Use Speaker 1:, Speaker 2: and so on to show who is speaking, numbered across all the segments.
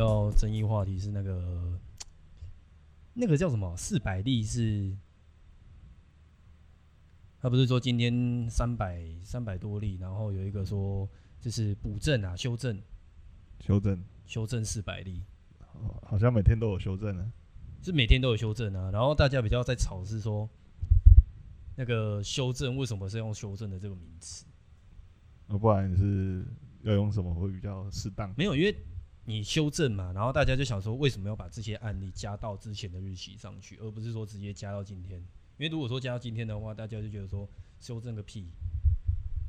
Speaker 1: 啊
Speaker 2: 争议话题是那个那个叫什么啊四百例是，他不是说今天三百三百多例，然后有一个说就是补正啊修正
Speaker 1: 修正，
Speaker 2: 修正四百例，
Speaker 1: 好好像每天都有修正啊呢、
Speaker 2: 是每天都有修正啊。然后大家比较在吵是说那个修正为什么是用修正的这个名词？
Speaker 1: 啊，不然是要用什么会比较适当？
Speaker 2: 没有，因为你修正嘛，然后大家就想说，为什么要把这些案例加到之前的日期上去，而不是说直接加到今天？因为如果说加到今天的话，大家就觉得说修正个屁，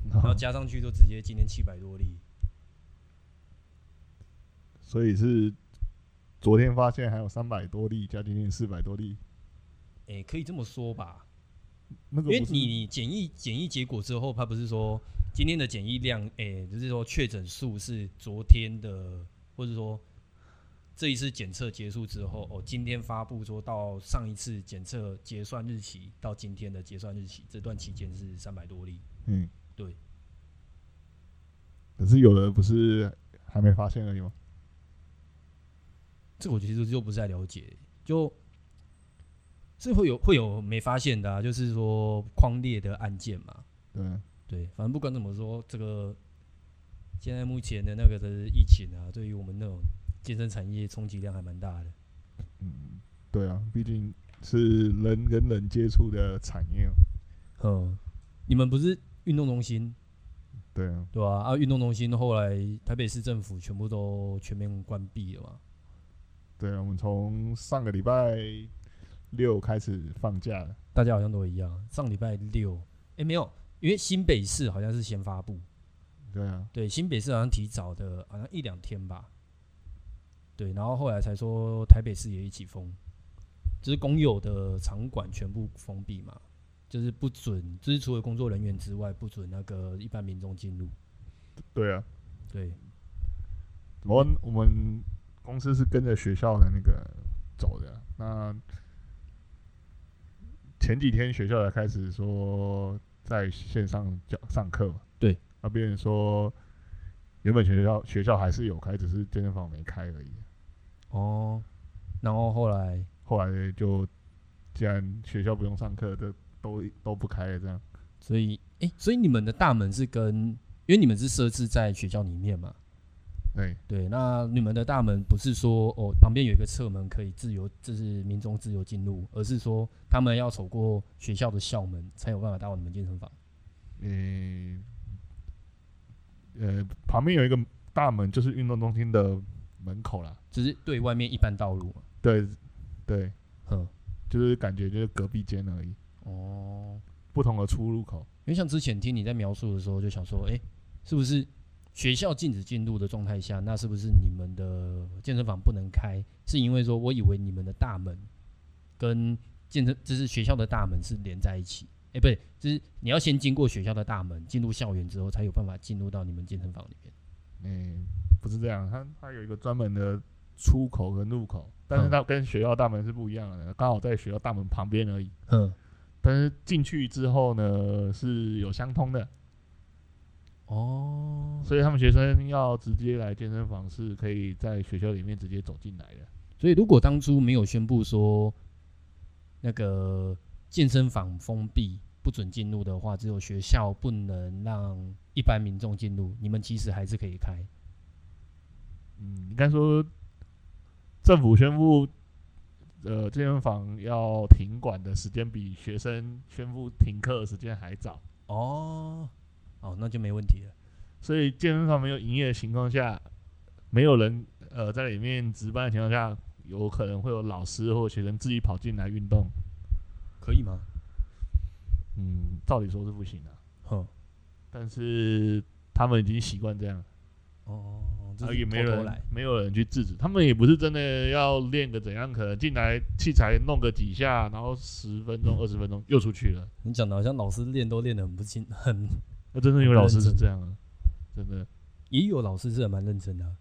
Speaker 2: 然
Speaker 1: 哦
Speaker 2: 后加上去就直接今天七百多例，
Speaker 1: 所以是昨天发现还有三百多例，加今天四百多例，
Speaker 2: 诶、可以这么说吧？
Speaker 1: 那
Speaker 2: 因
Speaker 1: 个
Speaker 2: 为
Speaker 1: 不是
Speaker 2: 你你检疫检疫结果之后，它不是说今天的检疫量，诶、就是说确诊数是昨天的，或者说这一次检测结束之后，哦，今天发布说到上一次检测结算日期到今天的结算日期这段期间是三百多例，
Speaker 1: 嗯
Speaker 2: 对，
Speaker 1: 可是有的不是还没发现而已吗？
Speaker 2: 这个我其实就不太了解，就是会有会有没发现的、啊，就是说框列的案件嘛，
Speaker 1: 对，啊
Speaker 2: 对，反正不管怎么说，这个现在目前的那个的疫情啊，对于我们那种健身产业冲击量还蛮大的。
Speaker 1: 嗯，对啊，毕竟是人跟人接触的产业嘛，
Speaker 2: 嗯，你们不是运动中心
Speaker 1: 对啊，
Speaker 2: 对吧、啊？运动中心后来台北市政府全部都全面关闭了嘛？
Speaker 1: 对啊，我们从上个礼拜六开始放假了，
Speaker 2: 大家好像都一样。上礼拜六，诶，没有，因为新北市好像是先发布，
Speaker 1: 对啊，
Speaker 2: 对，新北市好像提早的，好像一两天吧。对，然后后来才说台北市也一起封，就是公有的场馆全部封闭嘛，就是不准，就是除了工作人员之外，不准那个一般民众进入。
Speaker 1: 对啊，
Speaker 2: 对，
Speaker 1: 我们我们公司是跟着学校的那个走的。啊那前几天学校才开始说在线上教上课嘛，
Speaker 2: 对，
Speaker 1: 那别人说原本学校学校还是有开，只是健身房没开而已。
Speaker 2: 哦，然后后来，
Speaker 1: 后来就既然学校不用上课，这都都不开了，这样
Speaker 2: 所以，诶，所以你们的大门是跟，因为你们是设置在学校里面嘛，
Speaker 1: 对，
Speaker 2: 对，那你们的大门不是说哦旁边有一个侧门可以自由，就是民众自由进入，而是说他们要走过学校的校门才有办法到你们健身房。
Speaker 1: 嗯，呃，旁边有一个大门，就是运动中心的门口啦。
Speaker 2: 就是对外面一般道路嘛。
Speaker 1: 对，对，
Speaker 2: 嗯，
Speaker 1: 就是感觉就是隔壁间而已，
Speaker 2: 哦，
Speaker 1: 不同的出入口。
Speaker 2: 因为像之前听你在描述的时候，就想说，哎、是不是学校禁止进入的状态下，那是不是你们的健身房不能开？是因为说我以为你们的大门跟健身，就是学校的大门是连在一起。哎、不对，就是你要先经过学校的大门，进入校园之后，才有办法进入到你们健身房里面。
Speaker 1: 嗯、不是这样，它它有一个专门的出口跟入口，但是
Speaker 2: 嗯
Speaker 1: 它跟学校大门是不一样的，刚好在学校大门旁边而已。
Speaker 2: 嗯，
Speaker 1: 但是进去之后呢，是有相通的，
Speaker 2: 哦，
Speaker 1: 所以他们学生要直接来健身房是可以在学校里面直接走进来的。
Speaker 2: 所以如果当初没有宣布说那个健身房封闭不准进入的话，只有学校不能让一般民众进入，你们其实还是可以开。
Speaker 1: 嗯，应该说政府宣布，呃，健身房要停管的时间比学生宣布停课的时间还早。
Speaker 2: 哦，哦，那就没问题了。
Speaker 1: 所以健身房没有营业的情况下，没有人呃在里面值班的情况下，有可能会有老师或学生自己跑进来运动。
Speaker 2: 可以吗？
Speaker 1: 嗯，照理说是不行的、
Speaker 2: 哼，
Speaker 1: 但是他们已经习惯这样，
Speaker 2: 哦，
Speaker 1: 然
Speaker 2: 这
Speaker 1: 后
Speaker 2: 是
Speaker 1: 啊也没有
Speaker 2: 偷偷
Speaker 1: 人
Speaker 2: 来。
Speaker 1: 没有人去制止，他们也不是真的要练个怎样，可能进来器材弄个几下，然后十分钟二十分钟又出去了。
Speaker 2: 你讲的好像老师练都练得很不清， 很
Speaker 1: 那真的有老师是这样啊，真的，
Speaker 2: 也有老师是蛮认真的啊、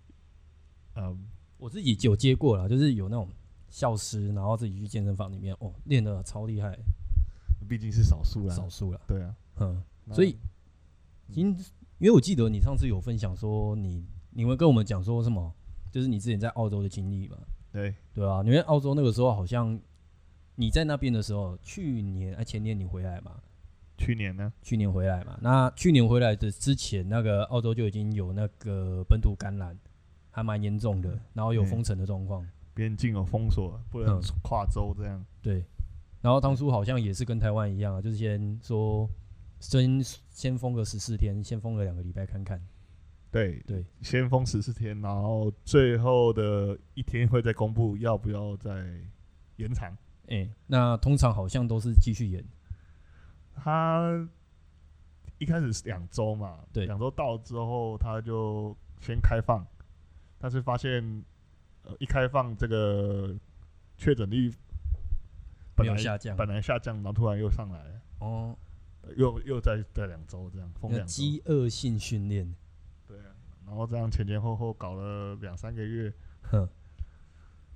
Speaker 1: 嗯，
Speaker 2: 我自己有接过啦，就是有那种校师，然后自己去健身房里面，哦，练得超厉害，
Speaker 1: 毕竟是少数啦，
Speaker 2: 少数啦。
Speaker 1: 对啊，
Speaker 2: 嗯，
Speaker 1: 那
Speaker 2: 所以因因为我记得你上次有分享说你，你会跟我们讲说什么？就是你之前在澳洲的经历嘛，
Speaker 1: 对，
Speaker 2: 对啊，因为澳洲那个时候好像你在那边的时候，去年哎前年你回来嘛，
Speaker 1: 去年呢，
Speaker 2: 去年回来嘛，那去年回来的之前，那个澳洲就已经有那个本土感染，还蛮严重的，然后有
Speaker 1: 嗯
Speaker 2: 封城的状况，
Speaker 1: 边境有封锁，不能
Speaker 2: 嗯
Speaker 1: 跨州这样。
Speaker 2: 对，然后当初好像也是跟台湾一样啊，就是先说先先封个十四天，先封个两个礼拜看看，
Speaker 1: 对
Speaker 2: 对，
Speaker 1: 先封十四天，然后最后的一天会再公布要不要再延长。
Speaker 2: 哎、那通常好像都是继续演，
Speaker 1: 他一开始是两周嘛，
Speaker 2: 对
Speaker 1: 两周到之后他就先开放，但是发现呃一开放这个确诊率
Speaker 2: 没
Speaker 1: 本
Speaker 2: 有
Speaker 1: 来
Speaker 2: 下降
Speaker 1: 本来下降，然后突然又上来了，
Speaker 2: 哦，
Speaker 1: 又又再再两周这样封
Speaker 2: 那
Speaker 1: 两周，
Speaker 2: 饥饿性训练，
Speaker 1: 对啊，
Speaker 2: 嗯
Speaker 1: 然后这样前前后后搞了两三个月
Speaker 2: 哼。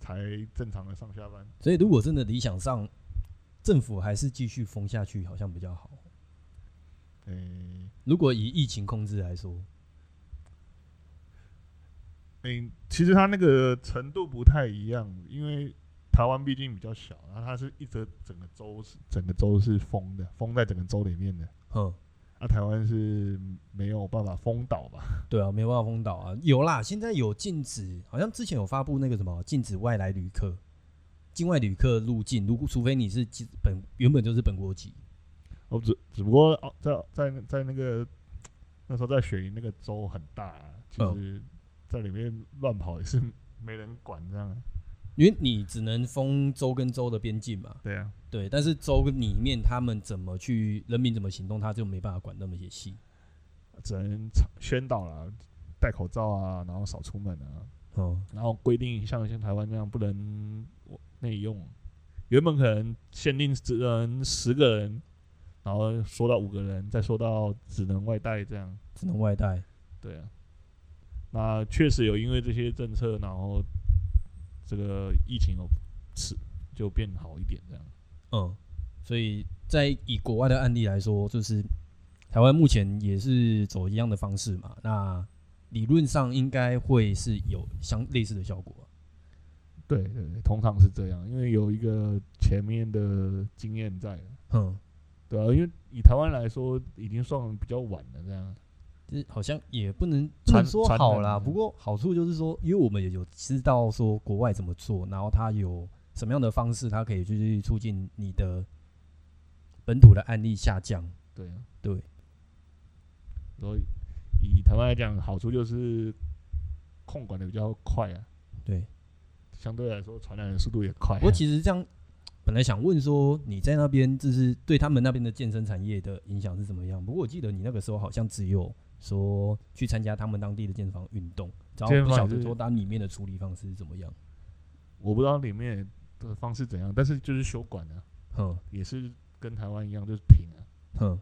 Speaker 1: 才正常的上下班。
Speaker 2: 所以如果真的理想上，政府还是继续封下去，好像比较好。
Speaker 1: 诶、
Speaker 2: 如果以疫情控制来说，
Speaker 1: 嗯，其实它那个程度不太一样，因为台湾毕竟比较小，然后它是一整整个州是整个州是封的，封在整个州里面的。
Speaker 2: 哼，
Speaker 1: 啊，台湾是没有办法封岛吧？
Speaker 2: 对啊，没办法封岛啊。有啦，现在有禁止，好像之前有发布那个什么禁止外来旅客、境外旅客入境，如果除非你是基本原本就是本国籍，
Speaker 1: 哦，只只不过哦，在在在那个那时候在雪梨那个州很大、其
Speaker 2: 嗯
Speaker 1: 实在里面乱跑也是没人管这样啊。
Speaker 2: 因为你只能封州跟州的边境嘛。
Speaker 1: 对啊，
Speaker 2: 对，但是州里面他们怎么去人民怎么行动，他就没办法管那么些细。
Speaker 1: 只能倡宣导啦，戴口罩啊，然后少出门啊，
Speaker 2: 哦，
Speaker 1: 然后规定像像台湾那样不能内用，原本可能限定只能十个人，然后说到五个人，再说到只能外带这样，
Speaker 2: 只能外带。
Speaker 1: 对啊。那确实有因为这些政策，然后这个疫情有是就变好一点这样。
Speaker 2: 嗯，所以在以国外的案例来说，就是台湾目前也是走一样的方式嘛，那理论上应该会是有相类似的效果啊、
Speaker 1: 对对对，通常是这样，因为有一个前面的经验在了，
Speaker 2: 嗯，
Speaker 1: 对啊，因为以台湾来说，已经算比较晚了这样。
Speaker 2: 这好像也不能不
Speaker 1: 传
Speaker 2: 能说
Speaker 1: 传
Speaker 2: 好
Speaker 1: 染
Speaker 2: 啦，
Speaker 1: 啊
Speaker 2: 不过好处就是说，因为我们也有知道说国外怎么做，然后它有什么样的方式，它可以去促进你的本土的案例下降。
Speaker 1: 对啊，
Speaker 2: 对。
Speaker 1: 然后以台湾来讲，好处就是控管的比较快啊，
Speaker 2: 对，
Speaker 1: 相对来说传染的速度也快、啊。
Speaker 2: 我其实这样本来想问说，你在那边就是对他们那边的健身产业的影响是怎么样？不过我记得你那个时候好像只有说去参加他们当地的健身房运动，然后
Speaker 1: 健身
Speaker 2: 不
Speaker 1: 房
Speaker 2: 晓
Speaker 1: 就
Speaker 2: 得
Speaker 1: 是
Speaker 2: 说它里面的处理方式是怎么样。
Speaker 1: 我不知道里面的方式怎样，但是就是休管啊，
Speaker 2: 哼
Speaker 1: 也是跟台湾一样，就是停啊。
Speaker 2: 哼，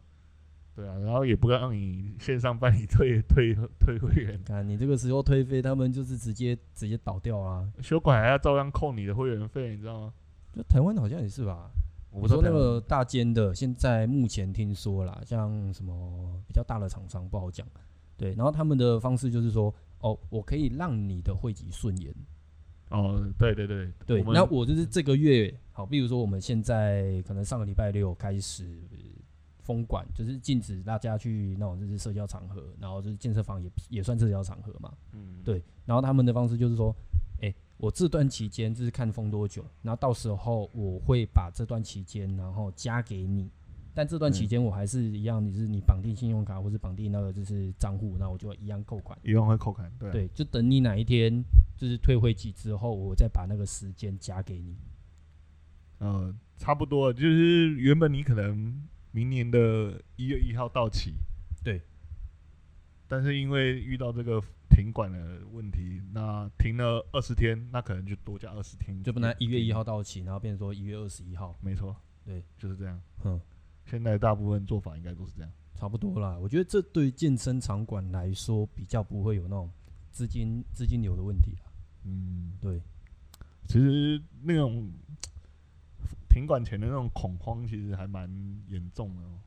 Speaker 1: 对啊，然后也不让你线上办理退退退会员，
Speaker 2: 看你这个时候退费，他们就是直接直接倒掉啊。
Speaker 1: 休管还要照样扣你的会员费，你知道吗？
Speaker 2: 就台湾好像也是吧？
Speaker 1: 我
Speaker 2: 我
Speaker 1: 不
Speaker 2: 说
Speaker 1: 知道
Speaker 2: 那
Speaker 1: 台湾
Speaker 2: 个大间的，现在目前听说啦，像什么比较大的厂商不好讲，对。然后他们的方式就是说，哦，我可以让你的汇集顺延。
Speaker 1: 哦，对对对
Speaker 2: 对，
Speaker 1: 我
Speaker 2: 那
Speaker 1: 们
Speaker 2: 我就是这个月，好，比如说我们现在可能上个礼拜六开始呃封管，就是禁止大家去那种就是社交场合，然后就是健身房也也算社交场合嘛。
Speaker 1: 嗯
Speaker 2: 对，然后他们的方式就是说，哎、我这段期间就是看封多久，然后到时候我会把这段期间然后加给你，但这段期
Speaker 1: 嗯
Speaker 2: 间我还是一样，你是你绑定信用卡或是绑定那个就是账户，那我就一样扣款。
Speaker 1: 一样会扣款，对啊
Speaker 2: 对，就等你哪一天就是退会期之后，我再把那个时间加给你。
Speaker 1: 呃，差不多，就是原本你可能明年的一月一号到期，
Speaker 2: 对，
Speaker 1: 但是因为遇到这个停管的问题，那停了二十天，那可能就多加二十天，
Speaker 2: 就本来一月一号，到期，然后变成说一月二十一号，
Speaker 1: 没错，
Speaker 2: 对，
Speaker 1: 就是这样。
Speaker 2: 嗯，
Speaker 1: 现在大部分做法应该都是这样，
Speaker 2: 差不多啦。我觉得这对健身场馆来说比较不会有那种资金资金流的问题啦。
Speaker 1: 嗯，
Speaker 2: 对，
Speaker 1: 其实那种停管前的那种恐慌，其实还蛮严重的、哦，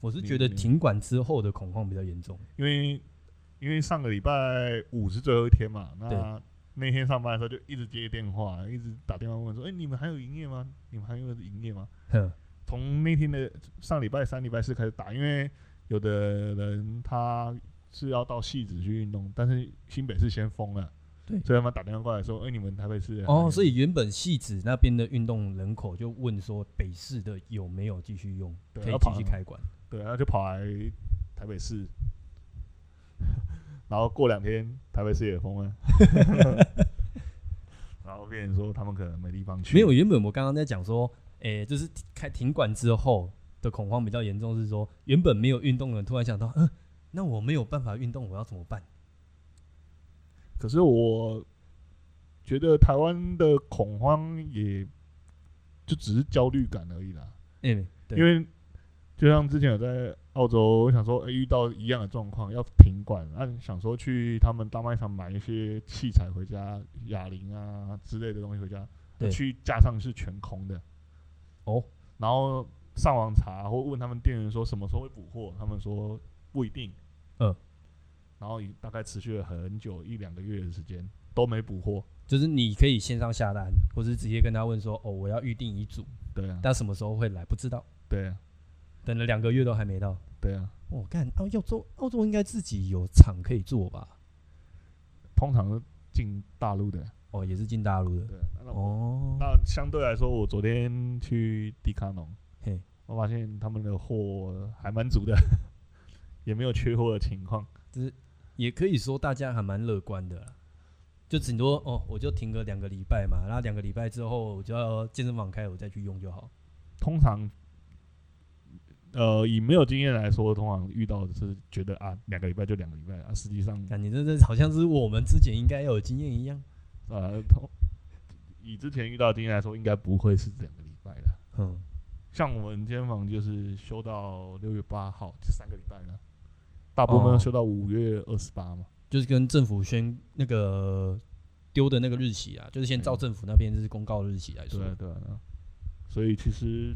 Speaker 2: 我是
Speaker 1: 你
Speaker 2: 觉得
Speaker 1: 你嗯
Speaker 2: 停管之后的恐慌比较严重。
Speaker 1: 因为因为上个礼拜五是最后一天嘛，那
Speaker 2: 对
Speaker 1: 那天上班的时候就一直接电话，一直打电话问说：“哎、你们还有营业吗？你们还有营业吗
Speaker 2: 哼，？”
Speaker 1: 从那天的上礼拜三、礼拜四开始打，因为有的人他是要到戏子去运动，但是新北市先封了，
Speaker 2: 对
Speaker 1: 所以他们打电话过来说：“哎、你们台北市还有
Speaker 2: 哦，所以原本戏子那边的运动人口就问说，北市的有没有继续用，
Speaker 1: 对
Speaker 2: 可以
Speaker 1: 要
Speaker 2: 继
Speaker 1: 跑
Speaker 2: 续开馆？
Speaker 1: 对，然后就跑来台北市，然后过两天台北市也封了， 然后变成说他们可能没地方去，
Speaker 2: 没有，原本我刚刚在讲说，诶、就是开停馆之后的恐慌比较严重，是说原本没有运动的人突然想到，嗯、那我没有办法运动，我要怎么办？
Speaker 1: 可是我觉得台湾的恐慌也就只是焦虑感而已啦，
Speaker 2: 诶、对，
Speaker 1: 因为就像之前有在澳洲，我想说、哎诶遇到一样的状况要停管，那、你想说去他们大卖场买一些器材回家，哑铃啊之类的东西回家，
Speaker 2: 对
Speaker 1: 去架上是全空的，
Speaker 2: 哦，
Speaker 1: 然后上网查或问他们店员说什么时候会补货，他们说不一定，
Speaker 2: 嗯，
Speaker 1: 然后也大概持续了很久一两个月的时间都没补货，
Speaker 2: 就是你可以线上下单，或是直接跟他问说，哦，我要预定一组，
Speaker 1: 对啊，
Speaker 2: 但什么时候会来不知道，
Speaker 1: 对啊，
Speaker 2: 等了两个月都还没到。
Speaker 1: 对啊，
Speaker 2: 我、看干，澳澳洲澳洲应该自己有厂可以做吧？
Speaker 1: 通常是进大陆的，
Speaker 2: 哦，也是进大陆的。
Speaker 1: 对啊，那我
Speaker 2: 哦，
Speaker 1: 那相对来说，我昨天去迪卡侬
Speaker 2: 嘿，
Speaker 1: 我发现他们的货还蛮足的， 也没有缺货的情况。
Speaker 2: 也可以说大家还蛮乐观的啦。就顶多哦，我就停个两个礼拜嘛，然后两个礼拜之后我就要健身房开，我再去用就好。
Speaker 1: 通常，呃，以没有经验来说，通常遇到的是觉得啊，两个礼拜就两个礼拜啊，实际上，
Speaker 2: 感觉真的好像是我们之前应该要有经验一样。
Speaker 1: 呃，通以之前遇到的经验来说，应该不会是两个礼拜的。
Speaker 2: 嗯，
Speaker 1: 像我们间房就是休到六月八号，就三个礼拜了，大部分
Speaker 2: 哦
Speaker 1: 都休到五月二十八嘛。
Speaker 2: 就是跟政府宣那个丢的那个日期啊，就是先照政府那边就是公告的日期来说
Speaker 1: 对。啊对啊对啊，所以其实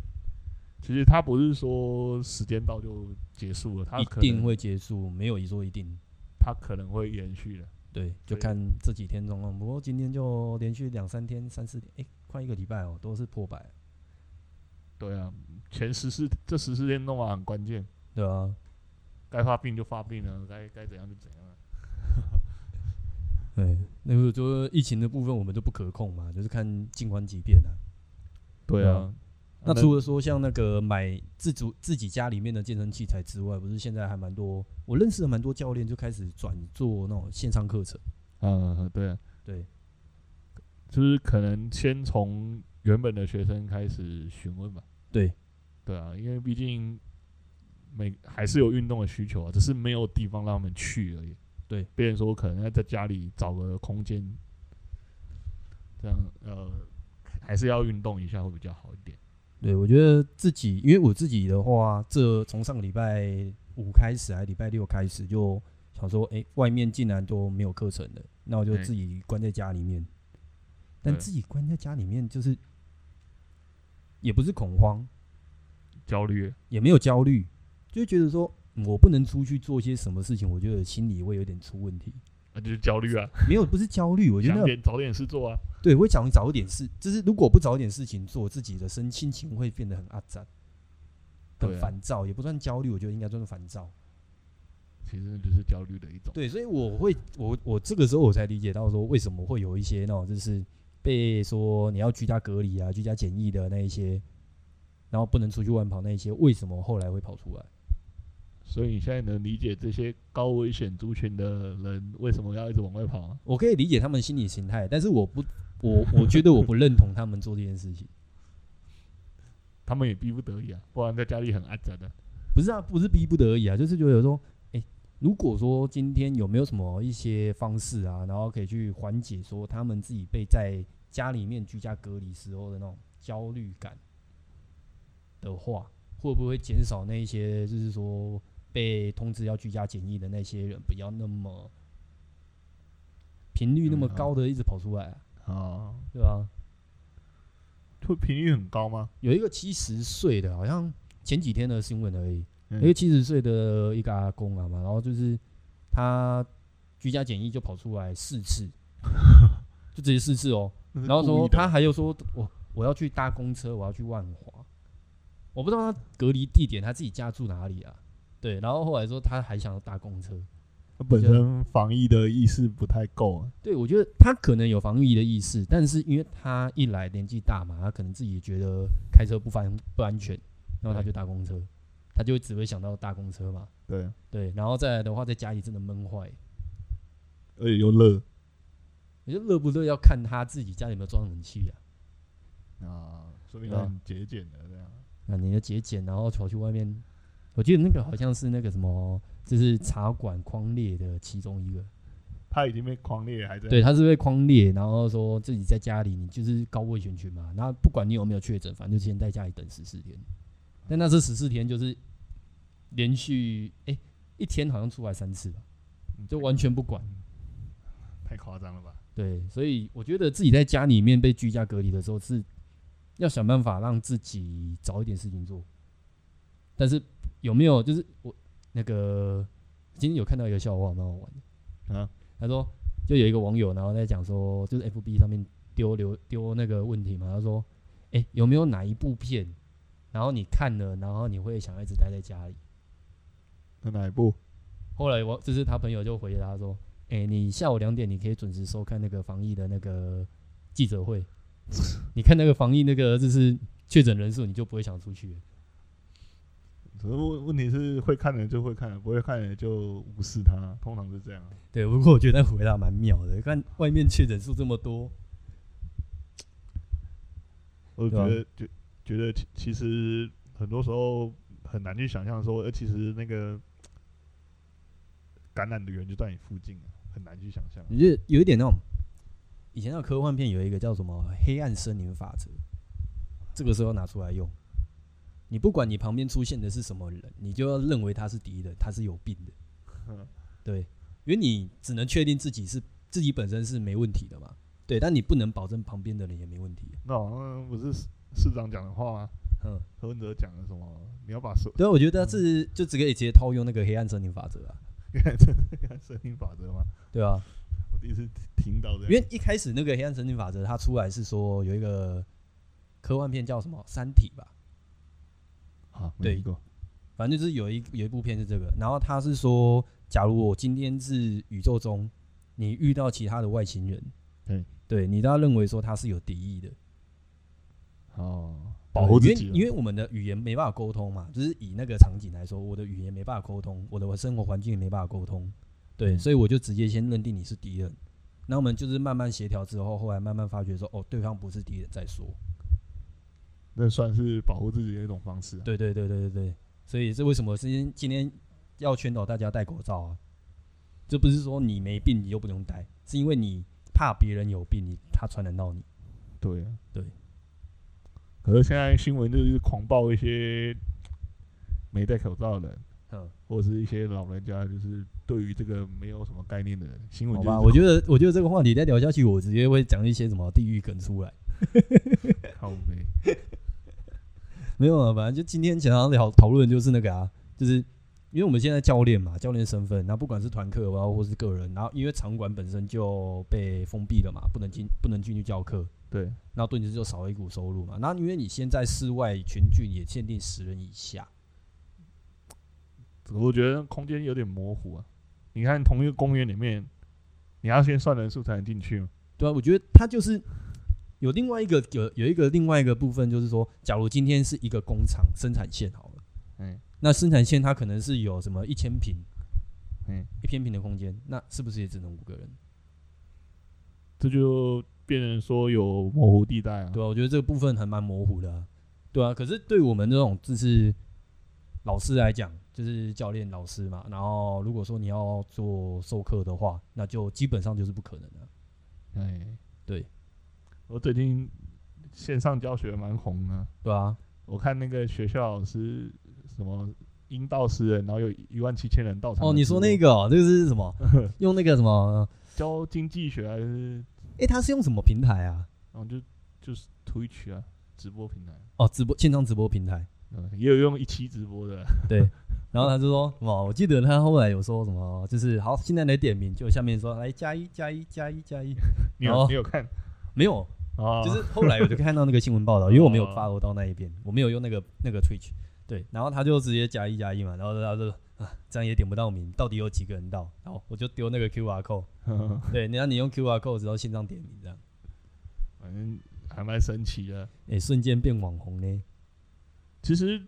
Speaker 1: 其实他不是说时间到就结束了，他
Speaker 2: 一
Speaker 1: 可
Speaker 2: 定
Speaker 1: 能
Speaker 2: 会结束，没有一说一定。
Speaker 1: 他可能会延续的。
Speaker 2: 对，就
Speaker 1: 对
Speaker 2: 看这几天状况。不过今天就连续两三天、三四天，哎、快一个礼拜哦，都是破百，
Speaker 1: 对啊，前十四这十四天弄完很关键，
Speaker 2: 对啊，
Speaker 1: 该发病就发病了，该该怎样就怎样啊了。
Speaker 2: 对，那个就是疫情的部分，我们就不可控嘛，就是看静观其变啊。
Speaker 1: 对啊，
Speaker 2: 那除了说像那个买自主自己家里面的健身器材之外，不是现在还蛮多，我认识的蛮多教练就开始转做那种线上课程。
Speaker 1: 嗯对啊，
Speaker 2: 对，
Speaker 1: 就是可能先从原本的学生开始询问吧。
Speaker 2: 对，
Speaker 1: 对啊，因为毕竟每还是有运动的需求啊，只是没有地方让他们去而已。
Speaker 2: 对，
Speaker 1: 别人说可能要在家里找个空间，这样呃，还是要运动一下会比较好一点。
Speaker 2: 对我觉得自己，因为我自己的话，这从上个礼拜五开始，还是礼拜六开始，就想说，哎、外面竟然都没有课程了，那我就
Speaker 1: 对
Speaker 2: 自己关在家里面。但
Speaker 1: 对
Speaker 2: 自己关在家里面，就是也不是恐慌，
Speaker 1: 焦虑，
Speaker 2: 也没有焦虑，就觉得说嗯我不能出去做些什么事情，我觉得心里会有点出问题。
Speaker 1: 那、就是焦虑啊，
Speaker 2: 没有，不是焦虑，我觉得
Speaker 1: 想
Speaker 2: 那
Speaker 1: 点找点事做啊。
Speaker 2: 对，我会想找一点事，就是如果不找一点事情做，自己的身心情会变得很阿杂，
Speaker 1: 对
Speaker 2: 很
Speaker 1: 啊
Speaker 2: 烦躁，也不算焦虑，我觉得应该算是烦躁。
Speaker 1: 其实就是焦虑的一种。
Speaker 2: 对，所以我会，我我这个时候我才理解到说，为什么会有一些那种就是被说你要居家隔离啊、居家检疫的那一些，然后不能出去外跑那一些，为什么后来会跑出来？
Speaker 1: 所以你现在能理解这些高危险族群的人为什么要一直往外跑吗？啊
Speaker 2: 我可以理解他们心理形态，但是我不，我我觉得我不认同他们做这件事情。
Speaker 1: 他们也逼不得已啊，不然在家里很安宅的。
Speaker 2: 不是啊，不是逼不得已啊，就是觉得说，哎、如果说今天有没有什么一些方式啊，然后可以去缓解说他们自己被在家里面居家隔离时候的那种焦虑感的话，会不会减少那一些就是说被通知要居家检疫的那些人，不要那么频率那么
Speaker 1: 嗯好
Speaker 2: 高的一直跑出来、啊，
Speaker 1: 啊，
Speaker 2: 对吧、
Speaker 1: 会频率很高吗？
Speaker 2: 有一个七十岁的，好像前几天的新闻而已，
Speaker 1: 嗯
Speaker 2: 一个七十岁的一个阿公啊嘛，然后就是他居家检疫就跑出来四 次，就直接四次哦。
Speaker 1: 那是
Speaker 2: 然后
Speaker 1: 故
Speaker 2: 说
Speaker 1: 意的
Speaker 2: 他还有说我我要去搭公车，我要去万华，我不知道他隔离地点他自己家住哪里啊？对，然后后来说他还想要搭公车，
Speaker 1: 他本身防疫的意识不太够啊，
Speaker 2: 对我觉得他可能有防疫的意识，但是因为他一来年纪大嘛，他可能自己觉得开车不方不安全，然后他就搭公车，他就只会想到搭公车嘛，
Speaker 1: 对，
Speaker 2: 对，然后再来的话在家里真的闷坏，
Speaker 1: 而且又热
Speaker 2: 我觉得乐不乐要看他自己家里有没有装冷气啊，
Speaker 1: 啊，说明
Speaker 2: 对
Speaker 1: 他
Speaker 2: 啊
Speaker 1: 很节俭的这样。
Speaker 2: 啊，你的节俭，然后跑去外面，我记得那个好像是那个什么，就是茶馆框列的其中一个，
Speaker 1: 他已经被狂烈，还在
Speaker 2: 对，他是被框列，然后说自己在家里你就是高危险群嘛，然后不管你有没有确诊，反正就先在家里等十四天，但那这十四天就是连续哎、一天好像出来三次吧，
Speaker 1: 嗯
Speaker 2: 就完全不管，
Speaker 1: 太夸张了吧？
Speaker 2: 对，所以我觉得自己在家里面被居家隔离的时候，是要想办法让自己找一点事情做。但是有没有就是我那个今天有看到一个笑话，蛮好玩的。
Speaker 1: 啊，
Speaker 2: 他说就有一个网友，然后在讲说，就是 FB 上面丢留丢那个问题嘛，他说，哎、有没有哪一部片，然后你看了，然后你会想要一直待在家里？
Speaker 1: 那哪一部？
Speaker 2: 后来我就是他朋友就回答他说：“哎、你下午两点你可以准时收看那个防疫的那个记者会， 你看那个防疫那个就是确诊人数，你就不会想出去了。
Speaker 1: 可是问问题是会看的人就会看，不会看的人就无视他，通常是这样啊。”
Speaker 2: 对，不过我觉得那回答蛮妙的，看外面确诊数这么多，
Speaker 1: 我
Speaker 2: 对
Speaker 1: 觉
Speaker 2: 啊
Speaker 1: 得觉觉得其其实很多时候很难去想象说，呃，其实那个感染的源就在你附近啊，很难去想象。
Speaker 2: 你就有一点那种以前那科幻片有一个叫什么“黑暗森林法则”，这个时候拿出来用。你不管你旁边出现的是什么人，你就要认为他是敌人，他是有病的。嗯对，因为你只能确定自己是自己本身是没问题的嘛。对，但你不能保证旁边的人也没问题。
Speaker 1: 那好像不是市市长讲的话吗？
Speaker 2: 嗯，
Speaker 1: 柯文哲讲的什么？你要 把所
Speaker 2: 对啊，我觉得是就只可以直接套用那个黑暗森林法则啊，
Speaker 1: 森林法则吗？
Speaker 2: 对啊，
Speaker 1: 我第一次听到
Speaker 2: 因
Speaker 1: 这样。
Speaker 2: 为一开始那个黑暗森林法则它出来是说有一个科幻片叫什么《三体》吧，
Speaker 1: 啊，
Speaker 2: 对
Speaker 1: 没听过
Speaker 2: 反正就是有一有一部片是这个，然后他是说，假如我今天是宇宙中你遇到其他的外星人，
Speaker 1: 对，
Speaker 2: 对你都要认为说他是有敌意的，
Speaker 1: 哦，保护
Speaker 2: 对
Speaker 1: 自己
Speaker 2: 因
Speaker 1: 啊，
Speaker 2: 为因为我们的语言没办法沟通嘛，就是以那个场景来说，我的语言没办法沟通，我的生活环境也没办法沟通，对，
Speaker 1: 嗯
Speaker 2: 所以我就直接先认定你是敌人。那我们就是慢慢协调之后，后来慢慢发觉说，哦，对方不是敌人再说。
Speaker 1: 那算是保护自己的一种方式、啊。
Speaker 2: 对对对对对对，所以这为什么今天今天要劝导大家戴口罩啊？这不是说你没病你就不用戴，是因为你怕别人有病，你他传染到你。
Speaker 1: 对啊，
Speaker 2: 对。
Speaker 1: 可是现在新闻就是狂爆一些没戴口罩的人，
Speaker 2: 嗯，
Speaker 1: 或者是一些老人家，就是对于这个没有什么概念的人，新闻
Speaker 2: 好
Speaker 1: 就是
Speaker 2: 吧，我觉得我觉得这个话题再聊下去，我直接会讲一些什么地狱梗出来。
Speaker 1: 靠背。
Speaker 2: 没有啊，反正就今天想要聊讨论就是那个啊，就是因为我们现在教练嘛，教练身份，那不管是团课啊，或是个人，然后因为场馆本身就被封闭了嘛，不能进不能进去教课，
Speaker 1: 对，
Speaker 2: 那顿时就少了一股收入嘛。那因为你现在室外群聚也限定十人以下，
Speaker 1: 我觉得空间有点模糊啊。你看同一个公园里面，你要先算人数才能进去嘛。
Speaker 2: 对啊，我觉得它就是有另外一个有有一个另外一个部分，就是说，假如今天是一个工厂生产线好了，
Speaker 1: 嗯，
Speaker 2: 那生产线它可能是有什么一千平，
Speaker 1: 嗯，
Speaker 2: 一千平的空间，那是不是也只能五个人？
Speaker 1: 这就变成说有模糊地带啊。
Speaker 2: 对啊，我觉得这个部分还蛮模糊的、啊，对啊。可是对我们这种就是老师来讲，就是教练老师嘛，然后如果说你要做授课的话，那就基本上就是不可能的、
Speaker 1: 哎，
Speaker 2: 对。
Speaker 1: 我最近线上教学蛮红啊，
Speaker 2: 对啊，
Speaker 1: 我看那个学校老师什么阴道诗人，然后有一万七千人到场。
Speaker 2: 哦，你说那个、哦，这个是什么？用那个什么？
Speaker 1: 教经济学还是
Speaker 2: 诶，他是用什么平台啊？
Speaker 1: 然后就就是 Twitch 啊，直播平台，
Speaker 2: 哦，直播线上直播平台。
Speaker 1: 嗯，也有用一期直播的啊，
Speaker 2: 对，然后他就说什么，我记得他后来有说什么，就是好，现在来点名，就下面说来加一加一加一加一，
Speaker 1: 你有、
Speaker 2: 哦
Speaker 1: 你有看
Speaker 2: 没有，
Speaker 1: 啊？
Speaker 2: 就是后来我就看到那个新闻报道，因为我没有
Speaker 1: 哦
Speaker 2: follow 到那一边，我没有用那个那个 Twitch，对，然后他就直接加一加一嘛，然后他就啊，这样也点不到名，到底有几个人到？然后我就丢那个 QR code，对，然后你用 QR code 之后线上点名这样，
Speaker 1: 反正还蛮神奇的。
Speaker 2: 哎、瞬间变网红呢，
Speaker 1: 其实，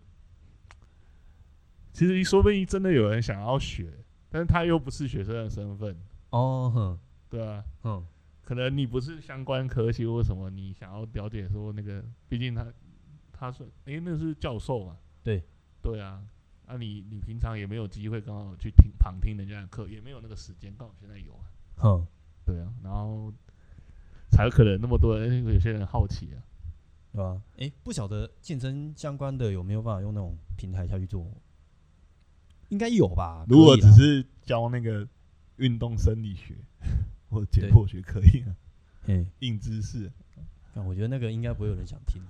Speaker 1: 其实说不定真的有人想要学，但是他又不是学生的身份，
Speaker 2: 哦哼
Speaker 1: 对啊，
Speaker 2: 哼，
Speaker 1: 可能你不是相关科系或什么，你想要了解说那个，毕竟他他是诶、那是教授嘛，
Speaker 2: 对
Speaker 1: 对啊，啊你你平常也没有机会刚好去听旁听人家的课，也没有那个时间，刚好现在有啊，
Speaker 2: 哼，
Speaker 1: 对啊，然后才有可能那么多人，有些人好奇啊，
Speaker 2: 对吧？哎、不晓得健身相关的有没有办法用那种平台下去做？应该有吧？
Speaker 3: 如果
Speaker 2: 可以啦
Speaker 3: 只是
Speaker 1: 啊
Speaker 3: 教那个运动生理学 或解剖学可以啊，
Speaker 2: 嗯，
Speaker 3: 硬知识，
Speaker 2: 但我觉得那个应该不会有人想听，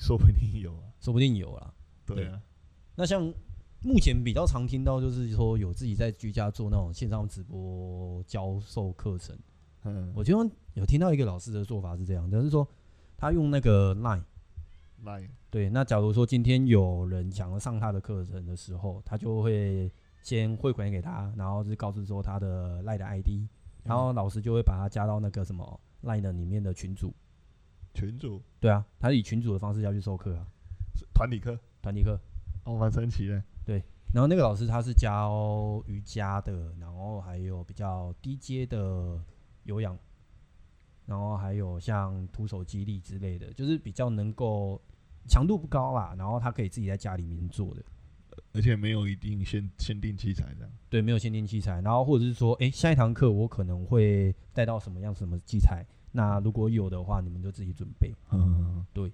Speaker 3: 说不定有啊。
Speaker 2: 说不定有啦。
Speaker 3: 对啊，
Speaker 2: 那像目前比较常听到，就是说有自己在居家做那种线上直播教授课程。
Speaker 3: 嗯，
Speaker 2: 我听说有听到一个老师的做法是这样，就是说他用那个 Line，
Speaker 1: 来
Speaker 2: 对，那假如说今天有人想要上他的课程的时候，他就会先汇款给他，然后就是告知说他的 Line 的 ID，然后老师就会把他加到那个什么 Line 的里面的群组。
Speaker 3: 群主
Speaker 2: 对啊，他以群组的方式要去授课啊，
Speaker 3: 团体课，
Speaker 2: 团体课。
Speaker 1: 哦，蛮神奇的，
Speaker 2: 然后那个老师他是教瑜伽的，然后还有比较低阶的有氧，然后还有像徒手肌力之类的，就是比较能够强度不高啦，然后他可以自己在家里面做的。
Speaker 3: 而且没有一定限限定器材这样。
Speaker 2: 对，没有限定器材，然后或者是说，诶，下一堂课我可能会带到什么样什么器材，那如果有的话，你们就自己准备。
Speaker 3: 嗯，
Speaker 2: 对。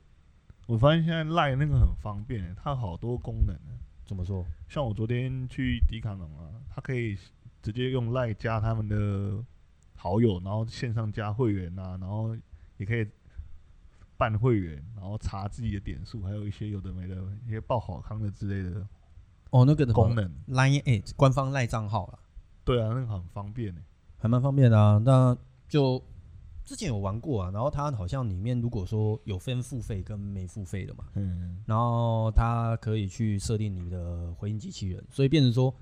Speaker 3: 我发现现在赖那个很方便、它好多功能、啊。
Speaker 2: 怎么说？
Speaker 3: 像我昨天去迪卡侬啊，它可以直接用赖加他们的好友，然后线上加会员啊，然后也可以办会员，然后查自己的点数，还有一些有的没的一些报好康的之类的
Speaker 2: 哦，那个什么
Speaker 3: 功能。
Speaker 2: Line 诶，官方赖账号啦，
Speaker 3: 对啊，那个很方便呢、
Speaker 2: 还蛮方便的啊。那就之前有玩过啊，然后它好像里面如果说有分付费跟没付费的嘛，
Speaker 3: 嗯，
Speaker 2: 然后它可以去设定你的回应机器人，所以变成说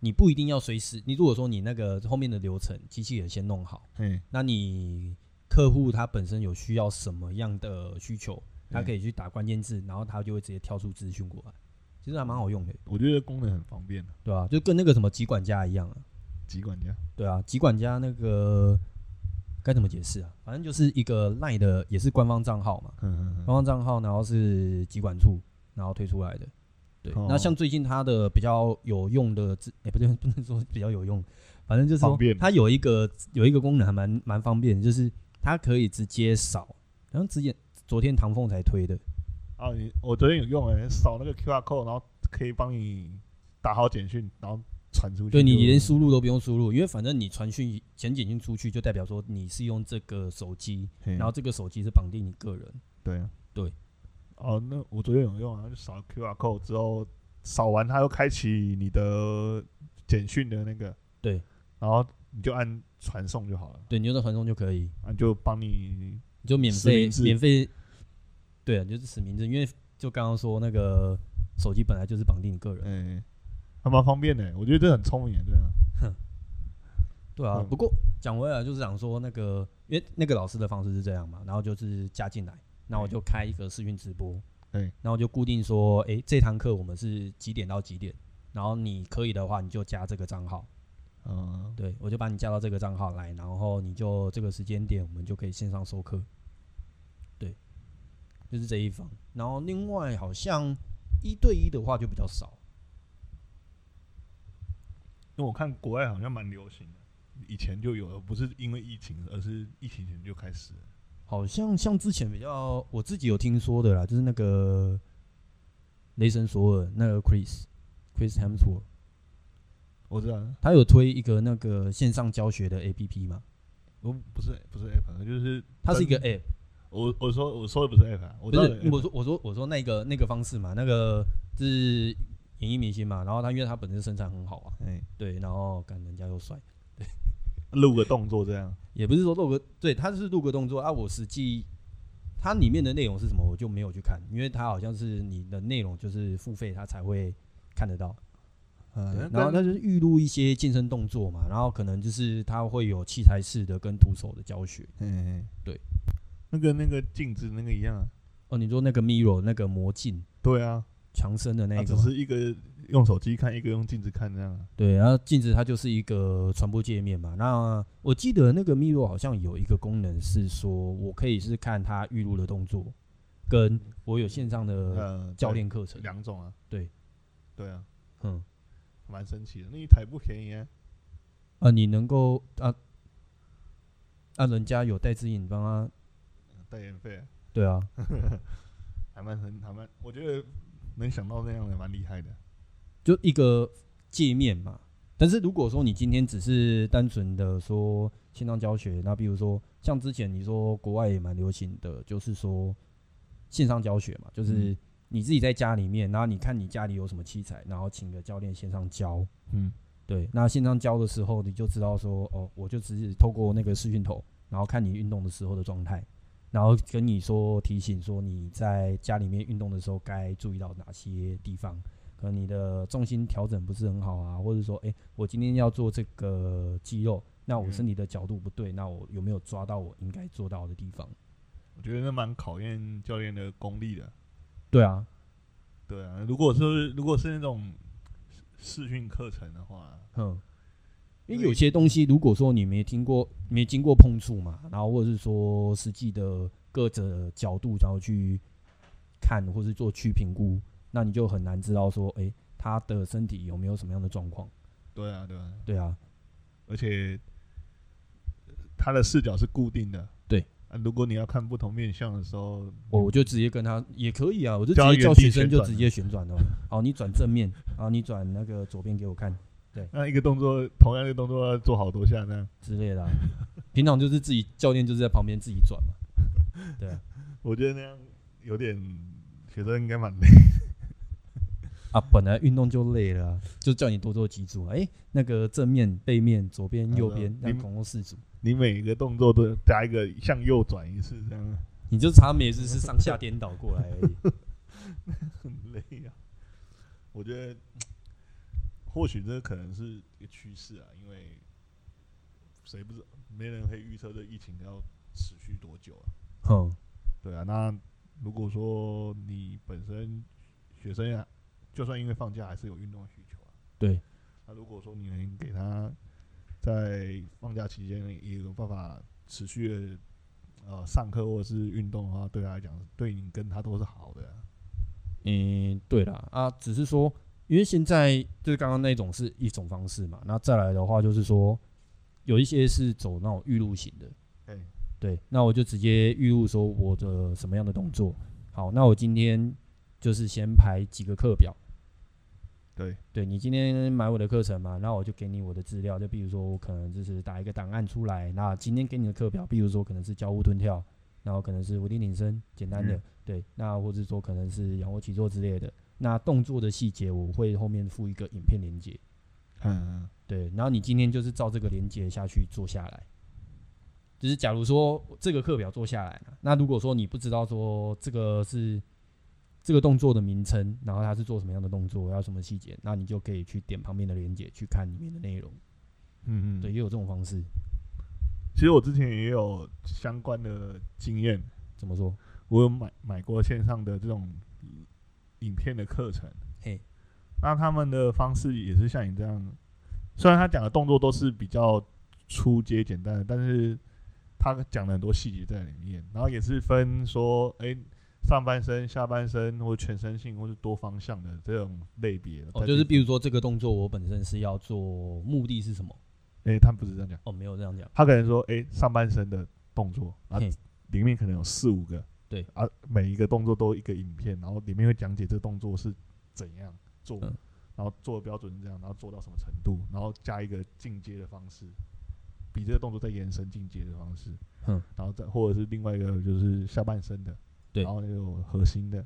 Speaker 2: 你不一定要随时，你如果说你那个后面的流程机器人先弄好，
Speaker 3: 嘿，
Speaker 2: 那你客户他本身有需要什么样的需求，他
Speaker 3: 嗯
Speaker 2: 可以去打关键字，然后他就会直接跳出资讯过来，其实还蛮好用的，
Speaker 3: 我觉得功能很方便啊嗯
Speaker 2: 对吧、就跟那个什么集管家一样啊。
Speaker 3: 集管家。
Speaker 2: 对啊，集管家那个该怎么解释啊？反正就是一个 LINE 的，也是官方账号嘛，
Speaker 3: 嗯嗯
Speaker 2: 官方账号，然后是集管处然后推出来的。对，
Speaker 3: 哦
Speaker 2: 那像最近它的比较有用的自，哎、不对， 不能说比较有用，反正就是
Speaker 3: 方
Speaker 2: 说
Speaker 3: 便
Speaker 2: 它有一个有一个功能还蛮蛮方便的，就是它可以直接扫，然后之前昨天唐凤才推的，
Speaker 3: 啊，你我昨天有用哎、扫那个 QR code，然后可以帮你打好简讯，然后传出去就。
Speaker 2: 对你连输入都不用输入，因为反正你传讯前简讯出去，就代表说你是用这个手机，
Speaker 3: 嘿，
Speaker 2: 然后这个手机是绑定你个人。
Speaker 3: 对啊，
Speaker 2: 对。
Speaker 3: 哦，那我昨天有用啊，就扫 QR code 之后，扫完它又开启你的简讯的那个，
Speaker 2: 对，
Speaker 3: 然后你就按传送就好了，
Speaker 2: 对，你就在传送就可以，
Speaker 3: 啊，就帮你
Speaker 2: 你就免
Speaker 3: 实
Speaker 2: 费
Speaker 3: 名制
Speaker 2: 免费，对啊，你就是实名制，因为就刚刚说那个手机本来就是绑定你个人，
Speaker 3: 嗯、还蛮方便的、我觉得这很聪明、欸，对啊，
Speaker 2: 对啊。
Speaker 3: 嗯
Speaker 2: 不过讲回来就是讲说那个，因为那个老师的方式是这样嘛，然后就是加进来，那我就开一个视讯直播，
Speaker 3: 对
Speaker 2: 然后就固定说，诶，这堂课我们是几点到几点，然后你可以的话你就加这个账号，
Speaker 3: 嗯、
Speaker 2: 对我就把你加到这个账号来，然后你就这个时间点，我们就可以线上授课。对，就是这一方。然后另外好像一对一的话就比较少，
Speaker 3: 因为我看国外好像蛮流行的，以前就有了，不是因为疫情，而是疫情前就开始了。
Speaker 2: 好像像之前比较我自己有听说的啦，就是那个雷神索尔那个 Chris Chris Hemsworth，
Speaker 3: 我知道了，
Speaker 2: 他有推一个那个线上教学的 APP 嘛，
Speaker 3: 我不是不是 app，啊就是
Speaker 2: 它是一个
Speaker 3: 登
Speaker 2: App，
Speaker 3: 我我呃说我说的不是 app，啊我
Speaker 2: 不
Speaker 3: 知道
Speaker 2: 是
Speaker 3: 有 app
Speaker 2: 我说我说我说那个那个方式嘛，那个是演艺明星嘛，然后他因为他本身身材很好啊，
Speaker 1: 哎，
Speaker 2: 对，然后干人家又帅，
Speaker 1: 录个动作这样，
Speaker 2: 也不是说露个，对，他是露个动作啊。我实际它里面的内容是什么，我就没有去看，因为它好像是你的内容就是付费，它才会看得到。对啊
Speaker 1: 嗯，
Speaker 2: 然后
Speaker 1: 那
Speaker 2: 那就是预录一些健身动作嘛，然后可能就是它会有器材式的跟徒手的教学。
Speaker 1: 哎，
Speaker 2: 对，
Speaker 1: 那个那个镜子那个一样啊，
Speaker 2: 哦，你说那个 Miro 那个魔镜
Speaker 1: 对啊，
Speaker 2: 强森的那
Speaker 1: 他
Speaker 2: 个
Speaker 1: 只
Speaker 2: 嘛，
Speaker 1: 是一个用手机看，一个用镜子看这样啊，
Speaker 2: 对，然后镜子它就是一个传播界面嘛。那我记得那个 Miro 好像有一个功能是说，我可以是看它预录的动作，跟我有线上的
Speaker 1: 呃，
Speaker 2: 教练课程
Speaker 1: 对。两种啊，
Speaker 2: 对，
Speaker 1: 对啊，
Speaker 2: 嗯，
Speaker 1: 蛮神奇的，那一台不便宜啊，
Speaker 2: 啊，你能够啊啊，人家有带指引帮他，
Speaker 1: 代言费啊
Speaker 2: 对啊，
Speaker 1: 还蛮很还蛮，我觉得能想到那样的蛮厉害的，
Speaker 2: 就一个界面嘛。但是如果说你今天只是单纯的说线上教学，那比如说像之前你说国外也蛮流行的，就是说线上教学嘛，就是你自己在家里面，然后你看你家里有什么器材，然后请个教练线上教。
Speaker 1: 嗯，
Speaker 2: 对，那线上教的时候，你就知道说，哦，我就只是透过那个视讯头，然后看你运动的时候的状态，然后跟你说提醒说你在家里面运动的时候该注意到哪些地方，可能你的重心调整不是很好啊，或者说，诶，我今天要做这个肌肉，那我
Speaker 1: 嗯
Speaker 2: 身体的角度不对，那我有没有抓到我应该做到的地方？
Speaker 1: 我觉得那蛮考验教练的功力的，
Speaker 2: 对啊，
Speaker 1: 对啊，如果是如果是那种视讯课程的话，
Speaker 2: 嗯，因为
Speaker 1: 因为
Speaker 2: 有些东西，如果说你没听过、没经过碰触嘛，然后或者是说实际的各者角度，然后去看或是做去评估，那你就很难知道说，诶，他的身体有没有什么样的状况？
Speaker 1: 对啊，对啊，
Speaker 2: 对啊，
Speaker 1: 而且呃他的视角是固定的。
Speaker 2: 对
Speaker 1: 啊，如果你要看不同面相的时候，
Speaker 2: 我我就直接跟他也可以啊，我就直
Speaker 1: 叫他
Speaker 2: 接叫
Speaker 1: 嗯原地
Speaker 2: 学生
Speaker 1: 旋
Speaker 2: 就
Speaker 1: 转
Speaker 2: 直接旋转了。好，你转正面，然后你转那个左边给我看
Speaker 1: 那一个动作同样一个动作要做好多下这样。
Speaker 2: 之类的啊、平常就是自己教练就是在旁边自己转嘛。
Speaker 1: 我觉得那样有点学生应该蛮累。
Speaker 2: 啊，本来运动就累了啊、就叫你多做几组啊。哎、那个正面、背面、左边、
Speaker 1: 啊
Speaker 2: 右
Speaker 1: 对啊
Speaker 2: 边，那
Speaker 1: 你
Speaker 2: 总共四组，
Speaker 1: 你每个动作都加一个向右转一次，这样
Speaker 2: 你就差每次是上下颠倒过来而已。
Speaker 1: 很累啊。我觉得嗯或许这可能是一个趋势啊，因为谁不知道，没人可以预测这疫情要持续多久啊。
Speaker 2: 哼，
Speaker 1: 对啊，那如果说你本身学生呀、就算因为放假还是有运动的需求啊。
Speaker 2: 对。
Speaker 1: 那如果说你能给他在放假期间也有办法持续的呃上课或者是运动的话，对他来讲，对你跟他都是好的啊、
Speaker 2: 嗯，对啦，啊，只是说，因为现在就是刚刚那种是一种方式嘛，那再来的话就是说，有一些是走那种预录型的，
Speaker 1: 哎
Speaker 2: 对，那我就直接预录说我的什么样的动作。好，那我今天就是先排几个课表。
Speaker 1: 对，
Speaker 2: 对你今天买我的课程嘛，那我就给你我的资料，就比如说我可能就是打一个档案出来，那今天给你的课表，比如说可能是交互蹲跳，然后可能是伏地挺身，简单的，
Speaker 1: 嗯
Speaker 2: 对，那或者说可能是仰卧起坐之类的，那动作的细节我会后面附一个影片连接，
Speaker 1: 嗯，
Speaker 2: 对，然后你今天就是照这个连接下去做下来，就是假如说这个课表做下来了，那如果说你不知道说这个是这个动作的名称，然后它是做什么样的动作，要什么细节，那你就可以去点旁边的连接去看里面的内容。
Speaker 1: 嗯嗯，
Speaker 2: 对，。也有这种方式。
Speaker 1: 其实我之前也有相关的经验，
Speaker 2: 怎么说？
Speaker 1: 我有买买过线上的这种影片的课程，
Speaker 2: 嘿，
Speaker 1: 那他们的方式也是像你这样，虽然他讲的动作都是比较粗阶简单的，但是他讲了很多细节在里面，然后也是分说，哎、上半身、下半身或全身性或是多方向的这种类别。
Speaker 2: 哦，就是比如说这个动作，我本身是要做，目的是什么？
Speaker 1: 哎、诶他不是这样讲，
Speaker 2: 哦，没有这样讲。
Speaker 1: 他可能说，哎、上半身的动作啊
Speaker 2: 嘿，
Speaker 1: 里面可能有四五个，
Speaker 2: 对
Speaker 1: 啊，每一个动作都一个影片，然后里面会讲解这动作是怎样做，
Speaker 2: 嗯
Speaker 1: 然后做的标准是这样，然后做到什么程度，然后加一个进阶的方式，比这个动作再延伸进阶的方式，
Speaker 2: 嗯，
Speaker 1: 然后再或者是另外一个就是下半身的，
Speaker 2: 对哦
Speaker 1: 然后有核心的，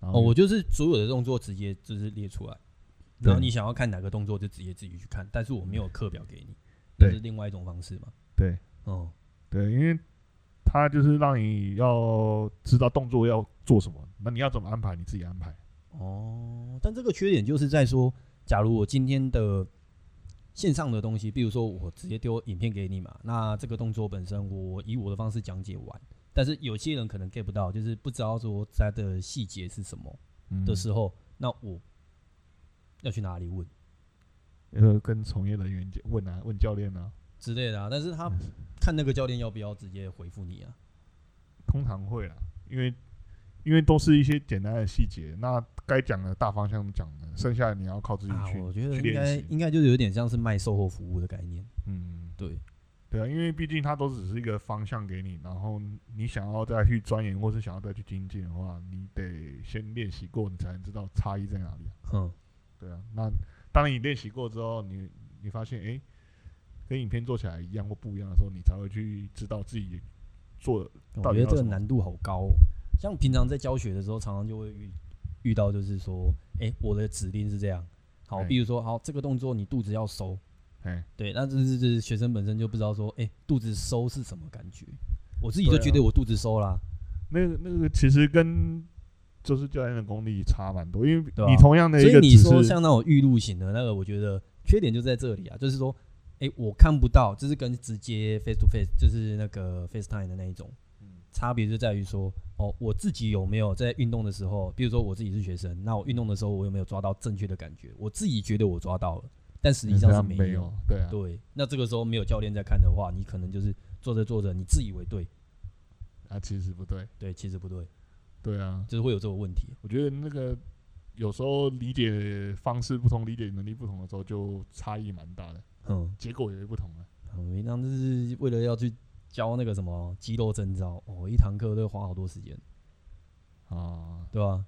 Speaker 1: 然后
Speaker 2: 嗯哦，我就是所有的动作直接就是列出来。然后
Speaker 1: 对
Speaker 2: 你想要看哪个动作就直接自己去看，但是我没有课表给你，这
Speaker 1: 对
Speaker 2: 是另外一种方式嘛。
Speaker 1: 对
Speaker 2: 哦，
Speaker 1: 对，因为它就是让你要知道动作要做什么，那你要怎么安排，你自己安排。
Speaker 2: 哦，但这个缺点就是在说，假如我今天的线上的东西，比如说我直接丢影片给你嘛，那这个动作本身我以我的方式讲解完，但是有些人可能 get 不到，就是不知道说它的细节是什么
Speaker 1: 嗯
Speaker 2: 的时候，那我要去哪里问
Speaker 1: 呃，跟从业人员就问啊，问教练啊，
Speaker 2: 之类的啊？但是他看那个教练要不要直接回复你啊？
Speaker 1: 通常会啦，因为因为都是一些简单的细节，那该讲的大方向讲的，剩下的你要靠自己
Speaker 2: 啊
Speaker 1: 嗯去、，
Speaker 2: 我觉得
Speaker 1: 去
Speaker 2: 应
Speaker 1: 练
Speaker 2: 该
Speaker 1: 习。
Speaker 2: 应该就是有点像是卖售后服务的概念，
Speaker 1: 嗯，
Speaker 2: 对，
Speaker 1: 对啊，因为毕竟它都只是一个方向给你，然后你想要再去钻研或是想要再去精进的话，你得先练习过，你才能知道差异在哪里啊。
Speaker 2: 嗯，
Speaker 1: 对啊，那当你练习过之后，你你发现哎、诶跟影片做起来一样或不一样的时候，你才会去知道自己做
Speaker 2: 我
Speaker 1: 到底
Speaker 2: 觉得
Speaker 1: 要
Speaker 2: 哦这个
Speaker 1: 什么
Speaker 2: 难度好高、哦。像平常在教学的时候，常常就会遇遇到，就是说，哎、我的指令是这样，好，
Speaker 1: 哎
Speaker 2: 比如说，好，这个动作你肚子要收，
Speaker 1: 哎、
Speaker 2: 对，那这是这是学生本身就不知道说，哎、肚子收是什么感觉。我自己就
Speaker 1: 对啊
Speaker 2: 觉得我肚子收啦，
Speaker 1: 那个那个其实跟就是教练的功力差蛮多，因为
Speaker 2: 对啊
Speaker 1: 你同样的
Speaker 2: 所
Speaker 1: 一
Speaker 2: 以
Speaker 1: 个
Speaker 2: 你
Speaker 1: 指
Speaker 2: 说
Speaker 1: 示，
Speaker 2: 像那种预录型的那个，我觉得缺点就在这里啊，就是说，哎、我看不到，这是跟直接 face to face，就是那个 FaceTime 的那一种，差别就在于说，哦，我自己有没有在运动的时候，比如说我自己是学生，那我运动的时候我有没有抓到正确的感觉？我自己觉得我抓到了，但实际上是
Speaker 1: 嗯没
Speaker 2: 有。，
Speaker 1: 对啊，
Speaker 2: 对，那这个时候没有教练在看的话，你可能就是做着做着，你自以为对，
Speaker 1: 啊其实不对，
Speaker 2: 对，其实不对，
Speaker 1: 对啊，
Speaker 2: 就是会有这个问题。
Speaker 1: 我觉得那个有时候理解方式不同，理解能力不同的时候，就差异蛮大的，
Speaker 2: 嗯，
Speaker 1: 结果也会不同了。
Speaker 2: 我们平常就是为了要去教那个什么肌肉征招，哦，一堂课都花好多时间，
Speaker 1: 啊，
Speaker 2: 对吧、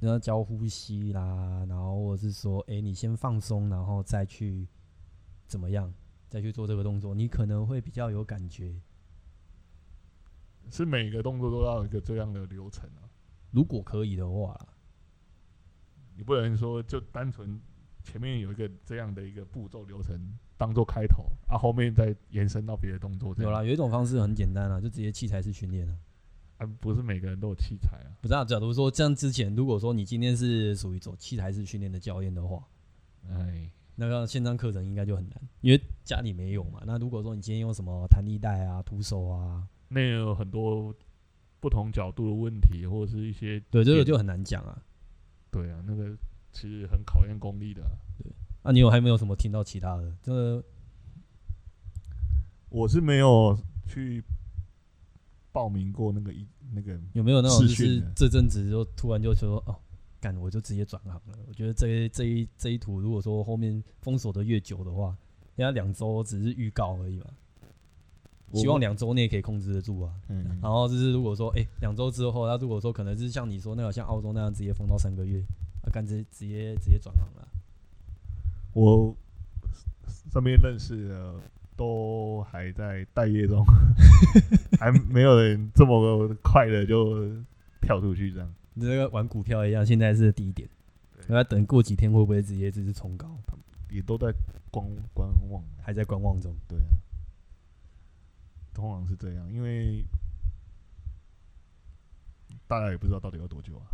Speaker 2: 你要教呼吸啦，然后或者是说，哎、你先放松，然后再去怎么样，再去做这个动作，你可能会比较有感觉。
Speaker 1: 是每个动作都要有一个这样的流程啊，
Speaker 2: 如果可以的话啦，
Speaker 1: 你不能说就单纯前面有一个这样的一个步骤流程当做开头，啊后面再延伸到别的动作这
Speaker 2: 有
Speaker 1: 样。
Speaker 2: 啦，有一种方式很简单啊，就直接器材式训练啊。
Speaker 1: 啊，不是每个人都有器材啊。
Speaker 2: 不知道、假如说像之前，如果说你今天是属于走器材式训练的教练的话，
Speaker 1: 哎，
Speaker 2: 那个线上课程应该就很难，因为家里没有嘛。那如果说你今天用什么弹力带啊、徒手啊，
Speaker 1: 那有很多不同角度的问题，或者是一些
Speaker 2: 对，这个
Speaker 1: 点
Speaker 2: 就很难讲啊。
Speaker 1: 对啊，那个其实很考验功力的啊。
Speaker 2: 那、你有还没有什么听到其他的？真的
Speaker 1: 我是没有去报名过那个一那个，
Speaker 2: 有没有那种就
Speaker 1: 视讯
Speaker 2: 是
Speaker 1: 的
Speaker 2: 这阵子就突然就说哦，干我就直接转行了。我觉得这一这一这一图，如果说后面封锁的越久的话，人家两周只是预告而已嘛，
Speaker 1: 我
Speaker 2: 希望两周内可以控制得住啊。
Speaker 1: 嗯，
Speaker 2: 然后就是如果说哎两周之后，他如果说可能是像你说那个像澳洲那样直接封到三个月，啊干直接直接直接转行了。啊
Speaker 1: 我身边认识的都还在待业 中，还没有人这么快的就跳出去这样。
Speaker 2: 你这个玩股票一样，现在是低点，
Speaker 1: 对
Speaker 2: 那等过几天会不会直接就是冲高，
Speaker 1: 也都在观观望，
Speaker 2: 还在观望中。
Speaker 1: 对啊，通常是这样，因为大家也不知道到底要多久啊。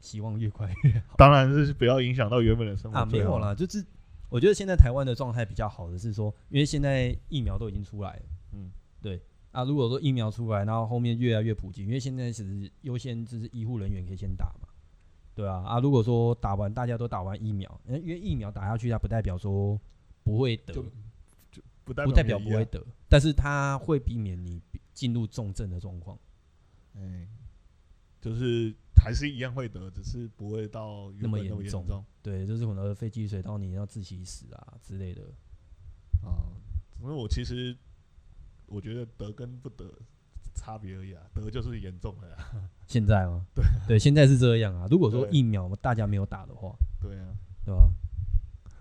Speaker 2: 希望越快
Speaker 1: 当然是不要影响到原本的生 活
Speaker 2: 啊，没
Speaker 1: 最好
Speaker 2: 有啦，就是我觉得现在台湾的状态比较好的是说，因为现在疫苗都已经出来了，嗯
Speaker 1: 嗯，
Speaker 2: 对啊，如果说疫苗出来，然后后面越来越普及，因为现在其实优先就是医护人员可以先打嘛，对啊啊，如果说打完大家都打完疫苗，呃因为疫苗打下去，它不代表说不会得，
Speaker 1: 就不代
Speaker 2: 不代表
Speaker 1: 没啊
Speaker 2: 不
Speaker 1: 一样
Speaker 2: 会得，但是它会避免你进入重症的状况。
Speaker 1: 哎、就是还是一样会得，只是不会到
Speaker 2: 那
Speaker 1: 原本
Speaker 2: 么
Speaker 1: 么
Speaker 2: 严
Speaker 1: 严
Speaker 2: 重对，就是可能肺积水到你要窒息死啊之类的。
Speaker 1: 啊。因为我其实我觉得得跟不得差别而已啊，得就是严重了啊。
Speaker 2: 现在吗？对对，现在是这样啊。如果说
Speaker 1: 对
Speaker 2: 疫苗大家没有打的话，
Speaker 1: 对啊，
Speaker 2: 对吧？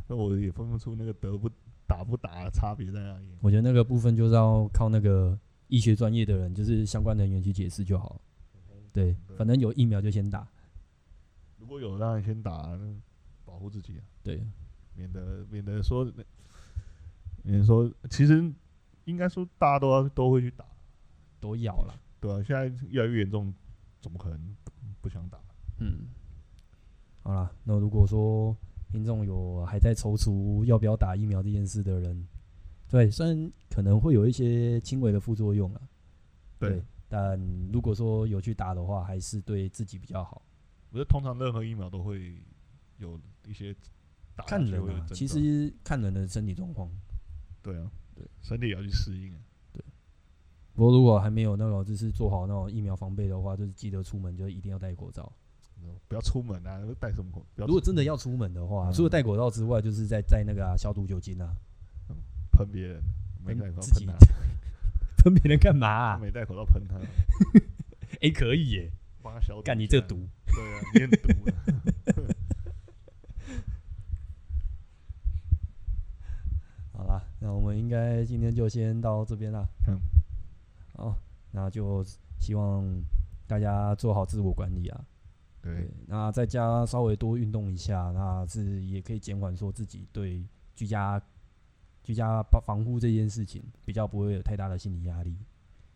Speaker 1: 那我也分不出那个得不打不打的差别在哪里。
Speaker 2: 我觉得那个部分就是要靠那个医学专业的人，就是相关人员去解释就好了。对，反正有疫苗就先打。
Speaker 1: 如果有，当然先打，那保保护自己啊，
Speaker 4: 对，
Speaker 1: 免得免得说，免得说，其实应该说大家都要都会去打，
Speaker 2: 都咬了。
Speaker 1: 对啊，现在越来越严重，怎么可能不不想打？
Speaker 4: 嗯，
Speaker 2: 好啦，那如果说听众有还在踌躇要不要打疫苗这件事的人，对，虽然可能会有一些轻微的副作用啊，
Speaker 1: 对
Speaker 2: 对但如果说有去打的话，还是对自己比较好。
Speaker 1: 我觉得通常任何疫苗都会有一些打下
Speaker 2: 看
Speaker 1: 去
Speaker 2: 人
Speaker 1: 会有
Speaker 2: 啊，
Speaker 1: 症
Speaker 2: 其
Speaker 1: 状
Speaker 2: 实看人的身体状况。
Speaker 1: 对啊，
Speaker 4: 对，
Speaker 1: 身体也要去适应啊。
Speaker 2: 不过如果还没有那种就是做好那种疫苗防备的话，就是记得出门就一定要戴口罩。
Speaker 1: 不要出门啊，带什么口？不要
Speaker 2: 如果真的要出门的话，
Speaker 1: 嗯
Speaker 2: 除了戴口罩之外，就是在在那个、啊、消毒酒精啊，
Speaker 1: 喷别人，没
Speaker 2: 喷
Speaker 1: 戴口
Speaker 2: 自
Speaker 1: 罩
Speaker 2: 己
Speaker 1: 喷
Speaker 2: 喷别人干嘛、
Speaker 1: 他，
Speaker 2: 啊？
Speaker 1: 没戴口罩喷他，
Speaker 2: 哎、可以耶，
Speaker 1: 帮他消毒一下。
Speaker 2: 干你这毒！
Speaker 1: 对啊，你很毒 啊。
Speaker 2: 好啦，那我们应该今天就先到这边啦。
Speaker 1: 嗯，
Speaker 2: 好，那就希望大家做好自我管理啊。
Speaker 1: 对，，
Speaker 2: 那在家稍微多运动一下，那是也可以减缓说自己对居家居家防防护这件事情比较不会有太大的心理压力。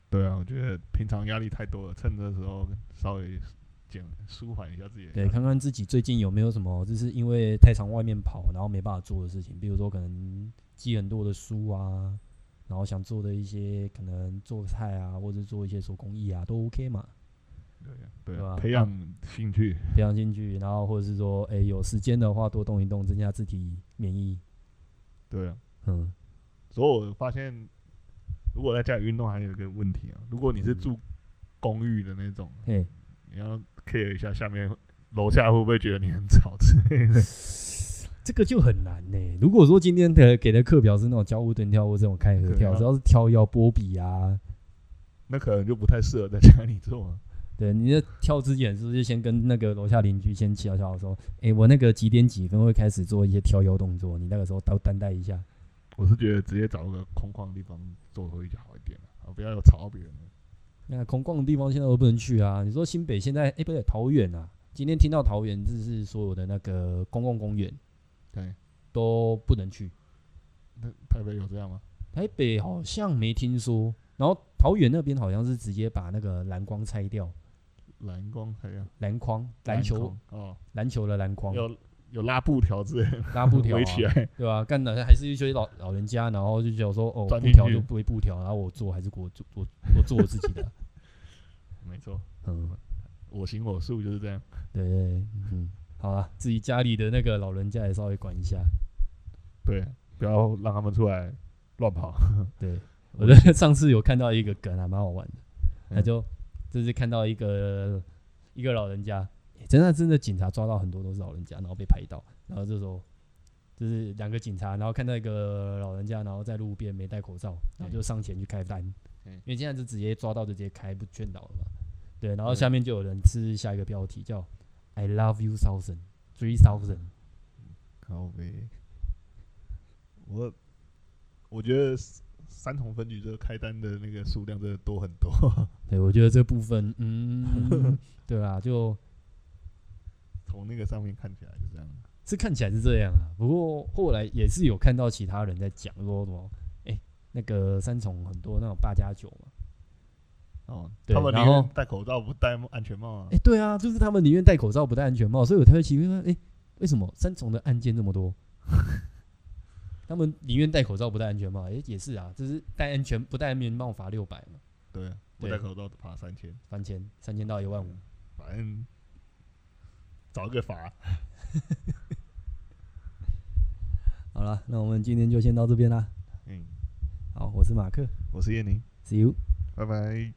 Speaker 1: 对啊，我觉得平常压力太多了，趁这时候稍微减舒缓一下自己的压力。
Speaker 2: 对，看看自己最近有没有什么，就是因为太常外面跑，然后没办法做的事情，比如说可能记很多的书啊，然后想做的一些可能做菜啊，或者做一些手工艺啊，都 OK 嘛，
Speaker 1: 对啊，对
Speaker 2: 对
Speaker 1: 啊
Speaker 2: 吧，
Speaker 1: 培养兴趣。
Speaker 2: 培养兴趣，然后或者是说，哎、有时间的话多动一动，增加自体免疫，
Speaker 1: 对啊，
Speaker 2: 嗯，
Speaker 1: 所以我发现，如果在家里运动，还有一个问题啊，如果你
Speaker 2: 嗯
Speaker 1: 是住公寓的那种，
Speaker 2: 嘿，
Speaker 1: 你要 care 一下下面楼下会不会觉得你很吵 之类的。
Speaker 2: 这个就很难呢、如果说今天的给的课表是那种交互蹲跳或这种开合
Speaker 1: 对
Speaker 2: 跳，
Speaker 1: 啊
Speaker 2: 只要是跳要波比啊，
Speaker 1: 那可能就不太适合在家里做啊。
Speaker 2: 对，你在跳之前是不是先跟那个楼下邻居先悄悄地说，诶，我那个几点几分会开始做一些跳腰动作，你那个时候都担待一下。
Speaker 1: 我是觉得直接找个空旷的地方做会比较好一点啊，不要有吵到别人。
Speaker 2: 那空旷的地方现在都不能去啊！你说新北现在，诶，不对，桃园啊，今天听到桃园就是所有的那个公共公园
Speaker 1: 对，
Speaker 2: 都不能去，
Speaker 1: 那台北有这样吗？
Speaker 2: 台北好像没听说，然后桃园那边好像是直接把那个篮筐拆掉，
Speaker 1: 蓝光还有
Speaker 2: 篮筐、篮球
Speaker 1: 光、哦，
Speaker 2: 篮球的篮筐，
Speaker 1: 有有拉布条之类的
Speaker 2: 拉布条、啊
Speaker 1: 围，起来，
Speaker 2: 对吧、干的还是一些老老人家，然后就觉得说，哦，
Speaker 1: 钻
Speaker 2: 布
Speaker 1: 进
Speaker 2: 条
Speaker 1: 去
Speaker 2: 就不会布条，然后我做还是给我做 我我做我自己的，
Speaker 1: 没错，
Speaker 2: 嗯，
Speaker 1: 我行我素就是这样。
Speaker 2: 对对对，嗯，好啦，自己家里的那个老人家也稍微管一下。
Speaker 1: 对，不要让他们出来乱跑。
Speaker 2: 对，我觉得上次有看到一个梗还蛮好玩的，
Speaker 1: 嗯
Speaker 2: 那就就是看到一个一个老人家，诶真的真的警察抓到很多都是老人家，然后被拍到，然后这时候就是两个警察，然后看到一个老人家，然后在路边没戴口罩，然后就上前去开单，
Speaker 1: 嗯
Speaker 2: 因为现在就直接抓到就直接开不劝导了嘛，对，然后下面就有人是下一个标题叫 I love you thousand three thousand，
Speaker 1: 靠呗，我我觉得三重分局这个开单的那个数量真的多很多。
Speaker 2: 对我觉得这部分，嗯， 对啦，就。
Speaker 1: 从那个上面看起来就这样。
Speaker 2: 是看起来是这样啊，不过后来也是有看到其他人在讲说什么，哎、那个三重很多那种八加九嘛，
Speaker 1: 哦，
Speaker 2: 对
Speaker 1: 他们宁
Speaker 2: 然后
Speaker 1: 愿戴口罩不戴安全帽啊
Speaker 2: 哎、。对啊，就是他们宁愿戴口罩不戴安全帽，所以我才会奇怪说，哎、为什么三重的案件这么 多？他们宁愿戴口罩不戴安全帽，哎、也是啊，就是戴安全不戴安全帽罚六百嘛，
Speaker 1: 对啊，不
Speaker 2: 对
Speaker 1: 戴口罩罚三千，
Speaker 2: 翻千三千到一万五，
Speaker 1: 反正找一个罚。
Speaker 2: 好了，那我们今天就先到这边啦，
Speaker 1: 嗯，
Speaker 2: 好，我是马克
Speaker 1: 我是叶宁，
Speaker 2: ，See you。
Speaker 1: 拜拜。